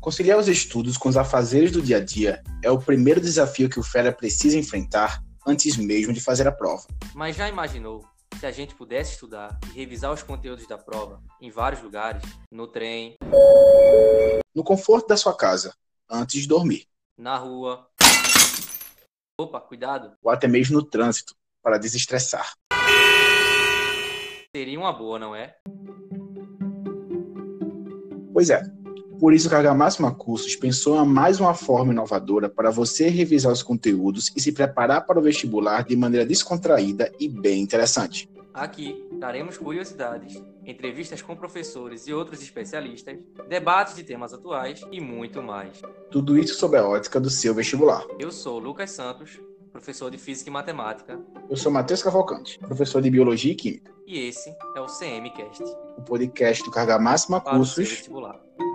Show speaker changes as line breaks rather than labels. Conciliar os estudos com os afazeres do dia a dia é o primeiro desafio que o Fera precisa enfrentar antes mesmo de fazer a prova.
Mas já imaginou se a gente pudesse estudar e revisar os conteúdos da prova em vários lugares, no trem,
No conforto da sua casa, antes de dormir,
na rua. Opa, cuidado.
ou até mesmo no trânsito, para desestressar.
Seria uma boa, não é?
Pois é, por isso que a Gamáxima Cursos pensou em mais uma forma inovadora para você revisar os conteúdos e se preparar para o vestibular de maneira descontraída e bem interessante.
Aqui traremos curiosidades, entrevistas com professores e outros especialistas, debates de temas atuais e muito mais.
Tudo isso sob a ótica do seu vestibular.
Eu sou Lucas Santos, professor de Física e Matemática,
Eu sou Matheus Cavalcante, professor de Biologia e Química,
e esse é o CMCast
o podcast do Carga Máxima
para o seu
Cursos
vestibular.